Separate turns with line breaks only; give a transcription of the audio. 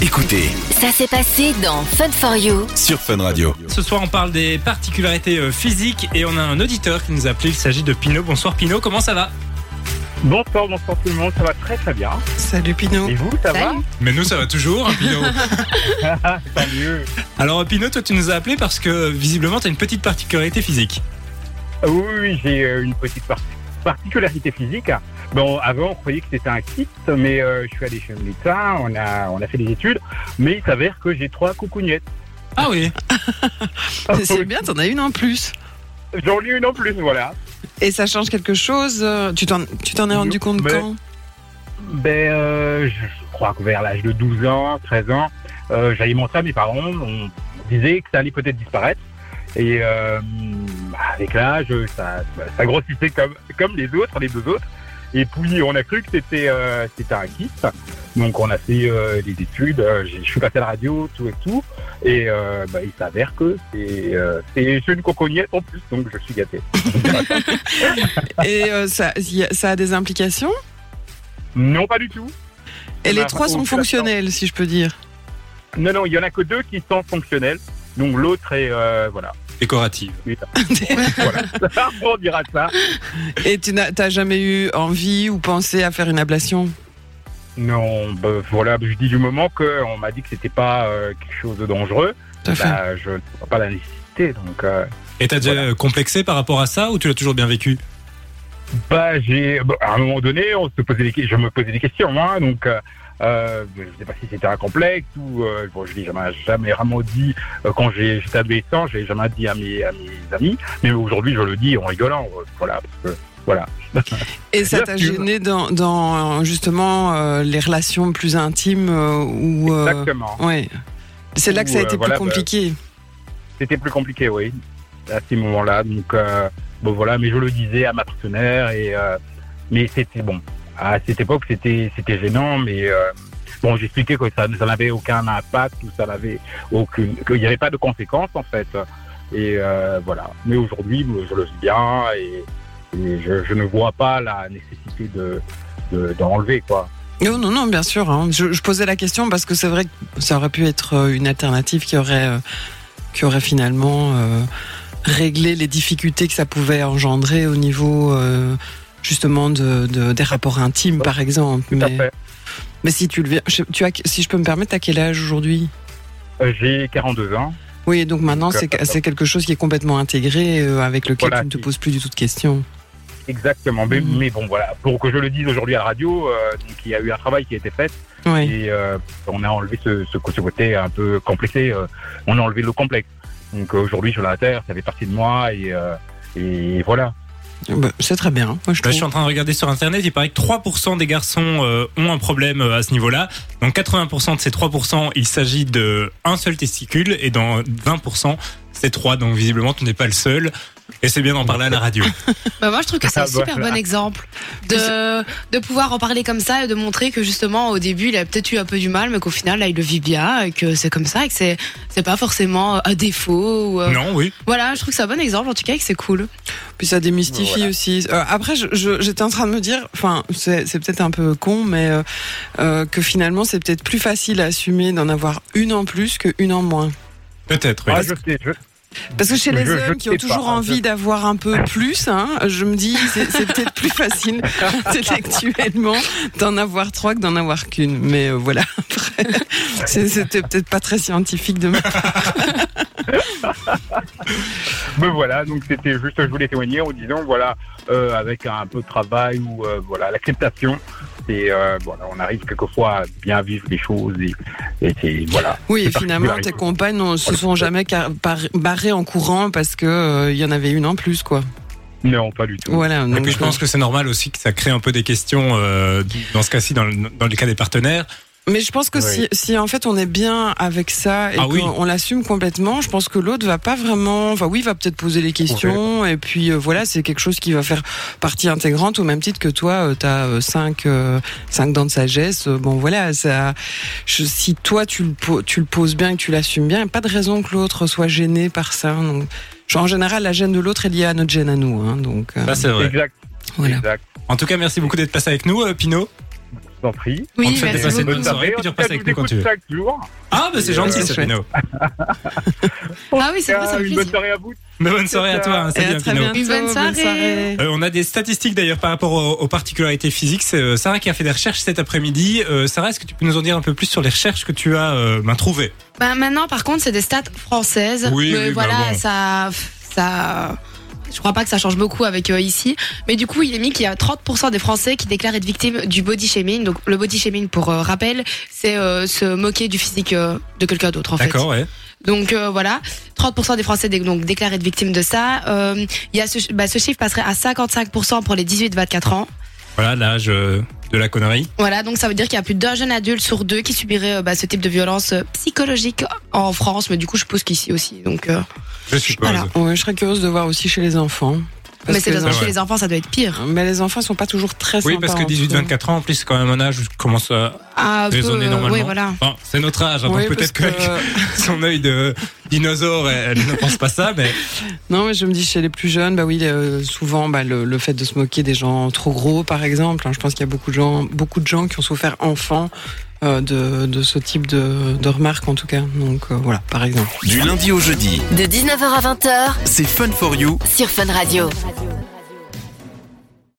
Écoutez
Ça s'est passé dans Fun for You.
sur Fun Radio.
Ce soir, on parle des particularités euh, physiques et on a un auditeur qui nous a appelé. Il s'agit de Pino. Bonsoir Pino, comment ça va
Bonsoir, bonsoir tout le monde, ça va très très bien.
Salut Pinot.
Et vous, ça
Mais nous, ça va toujours, hein, Pino.
va Tant mieux.
Alors Pino, toi, tu nous as appelé parce que visiblement, tu as une petite particularité physique.
Ah Oui, oui, oui, j'ai euh, une petite par- particularité physique. Bon, avant, on croyait que c'était un kit, mais euh, je suis allé chez le médecin, on a, on a fait des études, mais il s'avère que j'ai trois coucougnettes.
Ah oui
Ah
C'est bien, t'en as une en plus.
J'en ai une en plus, voilà.
Et ça change quelque chose euh, Tu t'en tu t'en es rendu compte
Mais-
quand
Ben, euh, je, je crois que vers l'âge de 12 ans, 13 ans, euh, j'allais montrer à mes parents, on disait que ça allait peut-être disparaître. Et euh, bah, avec l'âge, ça, ça grossissait comme, comme les autres, les deux autres. Et puis, on a cru que c'était euh, c'était un kyste. Donc, on a fait euh, des études, euh, j'ai- je suis passé à la radio, tout et tout. Et euh, bah, il s'avère que c'est euh, c'est- c'est une cocognette en plus, donc je suis gâté.
Et euh, ça, y a- ça a des implications
Non, pas du tout.
Et
Bah,
les trois
on
sont
fait la
fonctionnels, si je peux dire.
Non, non, il y en a que deux qui sont fonctionnels. Donc, l'autre est... euh, voilà.
Décorative.
voilà. On dira ça.
Et tu n'as t'as jamais eu envie ou pensé à faire une ablation
Non, bah, voilà, je dis du moment qu'on m'a dit que c'était pas euh, quelque chose de dangereux,
Tout à fait.
bah, je ne vois pas la nécessité. Donc, euh,
Et t'as déjà
Voilà.
euh, complexé par rapport à ça ou tu l'as toujours bien vécu
bah, j'ai, bah, à un moment donné, on se posait des, que- je me posais des questions, moi, donc. Euh, euh, je sais pas si c'était un complexe ou euh, bon, je l'ai jamais, jamais vraiment dit euh, quand j'ai- j'étais adolescent, je l'ai jamais dit à mes, à mes amis, mais aujourd'hui je le dis en rigolant, euh, voilà, parce que voilà.
Et ça t'a
Bien sûr.
gêné dans, dans, justement euh, les relations plus intimes euh, ou euh,
Exactement.
ouais. C'est là que ça a
Ou, euh,
été
voilà, bah,
plus compliqué.
c'était plus compliqué, oui, à ces moments-là. Donc, euh, bon, voilà, mais je le disais à ma partenaire, et, euh, mais c'était bon. À cette époque, c'était c'était gênant, mais euh, bon, j'expliquais que ça, ça n'avait aucun impact, ou ça n'avait aucune. qu'il n'y avait pas de conséquences, en fait. Et euh, voilà. Mais aujourd'hui, bon, je le vis bien, et, et je, je ne vois pas la nécessité de de- d'enlever, quoi.
Non, non, non, bien sûr. hein. Je, je posais la question parce que c'est vrai que ça aurait pu être euh, une alternative qui aurait, euh, qui aurait finalement euh, réglé les difficultés que ça pouvait engendrer au niveau euh, justement de, de- des rapports intimes, par exemple.
Tout à
Mais,
fait.
mais si tu le vis- je- tu as, si je peux me permettre, à quel âge aujourd'hui
Euh, J'ai 42 ans.
Oui, donc maintenant
Donc,
c'est
euh,
c'est quelque chose qui est complètement intégré euh, avec lequel
Voilà,
tu ne te
qui-
poses plus du tout de questions.
Exactement. Mais,
Mhm.
mais bon, voilà. Pour que je le dise aujourd'hui à la radio, euh, donc, il y a eu un travail qui a été fait
Oui.
et euh, on a enlevé ce, ce, ce côté un peu complexé. euh, on a enlevé le complexe. Donc euh, aujourd'hui, je l'intègre, ça fait partie de moi et, euh, et voilà.
Bah, c'est très bien. Moi,
Là,
je
Je suis
trouve.
en train de regarder sur Internet, il paraît que 3% des garçons euh, ont un problème euh, à ce niveau-là. Dans 80% de ces 3%, il s'agit de un seul testicule et dans 20%, c'est 3. Donc visiblement, tu n'es pas le seul. Et c'est bien d'en parler à la radio.
Bah, moi, je trouve que c'est
Ah,
un super
voilà.
bon exemple de, de pouvoir en parler comme ça et de montrer que justement, au début, il a peut-être eu un peu du mal, mais qu'au final, là, il le vit bien et que c'est comme ça et que c'est c'est pas forcément un défaut. ou, euh,
Non, oui.
Voilà, je trouve que c'est un bon exemple en tout cas et que c'est cool.
Puis ça démystifie
Voilà.
aussi. Euh, après, je- je- j'étais en train de me dire, enfin, c'est c'est peut-être un peu con, mais euh, euh, que finalement, c'est peut-être plus facile à assumer d'en avoir une en plus qu'une en moins.
Peut-être. oui.
Ah, je sais, je-
Parce que chez les
Je- je
hommes qui ont
sais
toujours
pas, hein,
envie
je-
d'avoir un peu plus, hein, je me dis, c'est c'est peut-être plus facile intellectuellement d'en avoir trois que d'en avoir qu'une. Mais euh, voilà, après, c'est- c'était peut-être pas très scientifique de ma
me voilà. Donc c'était juste, je voulais témoigner en disant voilà, euh, avec un peu de travail ou euh, voilà l'acceptation. Et euh, voilà, on arrive quelquefois à bien vivre les choses et, et c'est voilà.
Oui, et
C'est
finalement, tes
particulier.
compagnes ne se sont jamais car- par- barrées en courant parce que euh, il y en avait une en plus, quoi.
Non, pas du tout.
Voilà.
Et
donc, euh,
puis je pense que c'est normal aussi que ça crée un peu des questions euh, dans ce cas-ci, dans le, dans le cas des partenaires.
Mais je pense que si,
Oui.
si en fait on est bien avec ça et
Ah
qu'on
oui.
on l'assume complètement, je pense que l'autre va pas vraiment. Enfin oui, va peut-être poser les questions et puis euh, voilà, c'est quelque chose qui va faire partie intégrante au même titre que toi, tu as 5 cinq dents de sagesse. euh, bon voilà, ça. je- si toi tu le po- tu le poses bien et que tu l'assumes bien, y a pas de raison que l'autre soit gêné par ça. Donc, genre, en général, la gêne de l'autre est liée à notre gêne à nous. Hein, donc euh,
Ça, Bah, c'est vrai.
Exact,
voilà.
exact.
En tout cas, merci beaucoup d'être passé avec nous, euh, Pino.
je t'en prie.
On
Oui,
te fait
Et
des
merci
passer de
bonne
bonnes
beaucoup.
soirées,
soirée,
puis tu
en tout cas,
repasses
je
avec
vous
nous quand tu veux.
écoute chaque jour.
Ah, bah c'est gentil,
c'est
Sabino.
Ah oui, c'est vrai, ça fait
une bonne
plaisir.
soirée à vous.
Mais bonne soirée à toi. hein.
Et
Salut,
à très
Apino.
bientôt,
Une bonne soirée.
Euh, on a des statistiques d'ailleurs par rapport aux, aux particularités physiques. C'est euh, Sarah qui a fait des recherches cet après-midi. Euh, Sarah, est-ce que tu peux nous en dire un peu plus sur les recherches que tu as euh, ben, trouvées
Bah, maintenant, par contre, c'est des stats françaises.
Oui,
mais
oui, bah
voilà,
bon.
ça, ça. Je crois pas que ça change beaucoup avec euh, ici. Mais du coup, il est mis qu'il y a 30% des Français qui déclarent être victimes du body shaming. Donc, le body shaming, pour euh, rappel, c'est euh, se moquer du physique euh, de quelqu'un d'autre, en fait.
D'accord, ouais.
Donc euh, voilà, 30% des Français dé- donc, déclarent être victimes de ça. Euh, il y a ce, ch- bah, ce chiffre passerait à 55% pour les 18-24 ans.
Voilà l'âge euh, de la connerie.
Voilà, donc ça veut dire qu'il y a plus d'un jeune adulte sur deux qui subirait euh, bah, ce type de violence euh, psychologique en France. Mais du coup, je suppose qu'ici aussi. Donc, euh,
Je suppose.
Voilà.
Ouais, je serais curieuse de voir aussi chez les enfants. Parce
mais c'est
que-
dans-
c'est
chez
vrai.
les enfants, ça doit être pire.
Mais les enfants sont pas toujours très
Oui,
sympas
parce que
entre eux.
18-24 ans, en plus, c'est quand même un âge où je commence à
Ah, un peu,
raisonner
euh,
normalement.
oui, voilà.
Enfin, c'est notre âge, hein, donc
Oui,
peut-être
parce
qu'avec son œil de dinosaure, elle, elle ne pense pas ça, mais
Non, mais je me dis chez les plus jeunes, bah oui, euh, souvent bah, le, le fait de se moquer des gens trop gros, par exemple. hein, je pense qu'il y a beaucoup de gens, beaucoup de gens qui ont souffert enfants euh, de, de ce type de, de remarques, en tout cas. Donc euh, voilà, par exemple.
Du lundi au jeudi,
De 19h à 20h
c'est Fun for You
sur Fun Radio.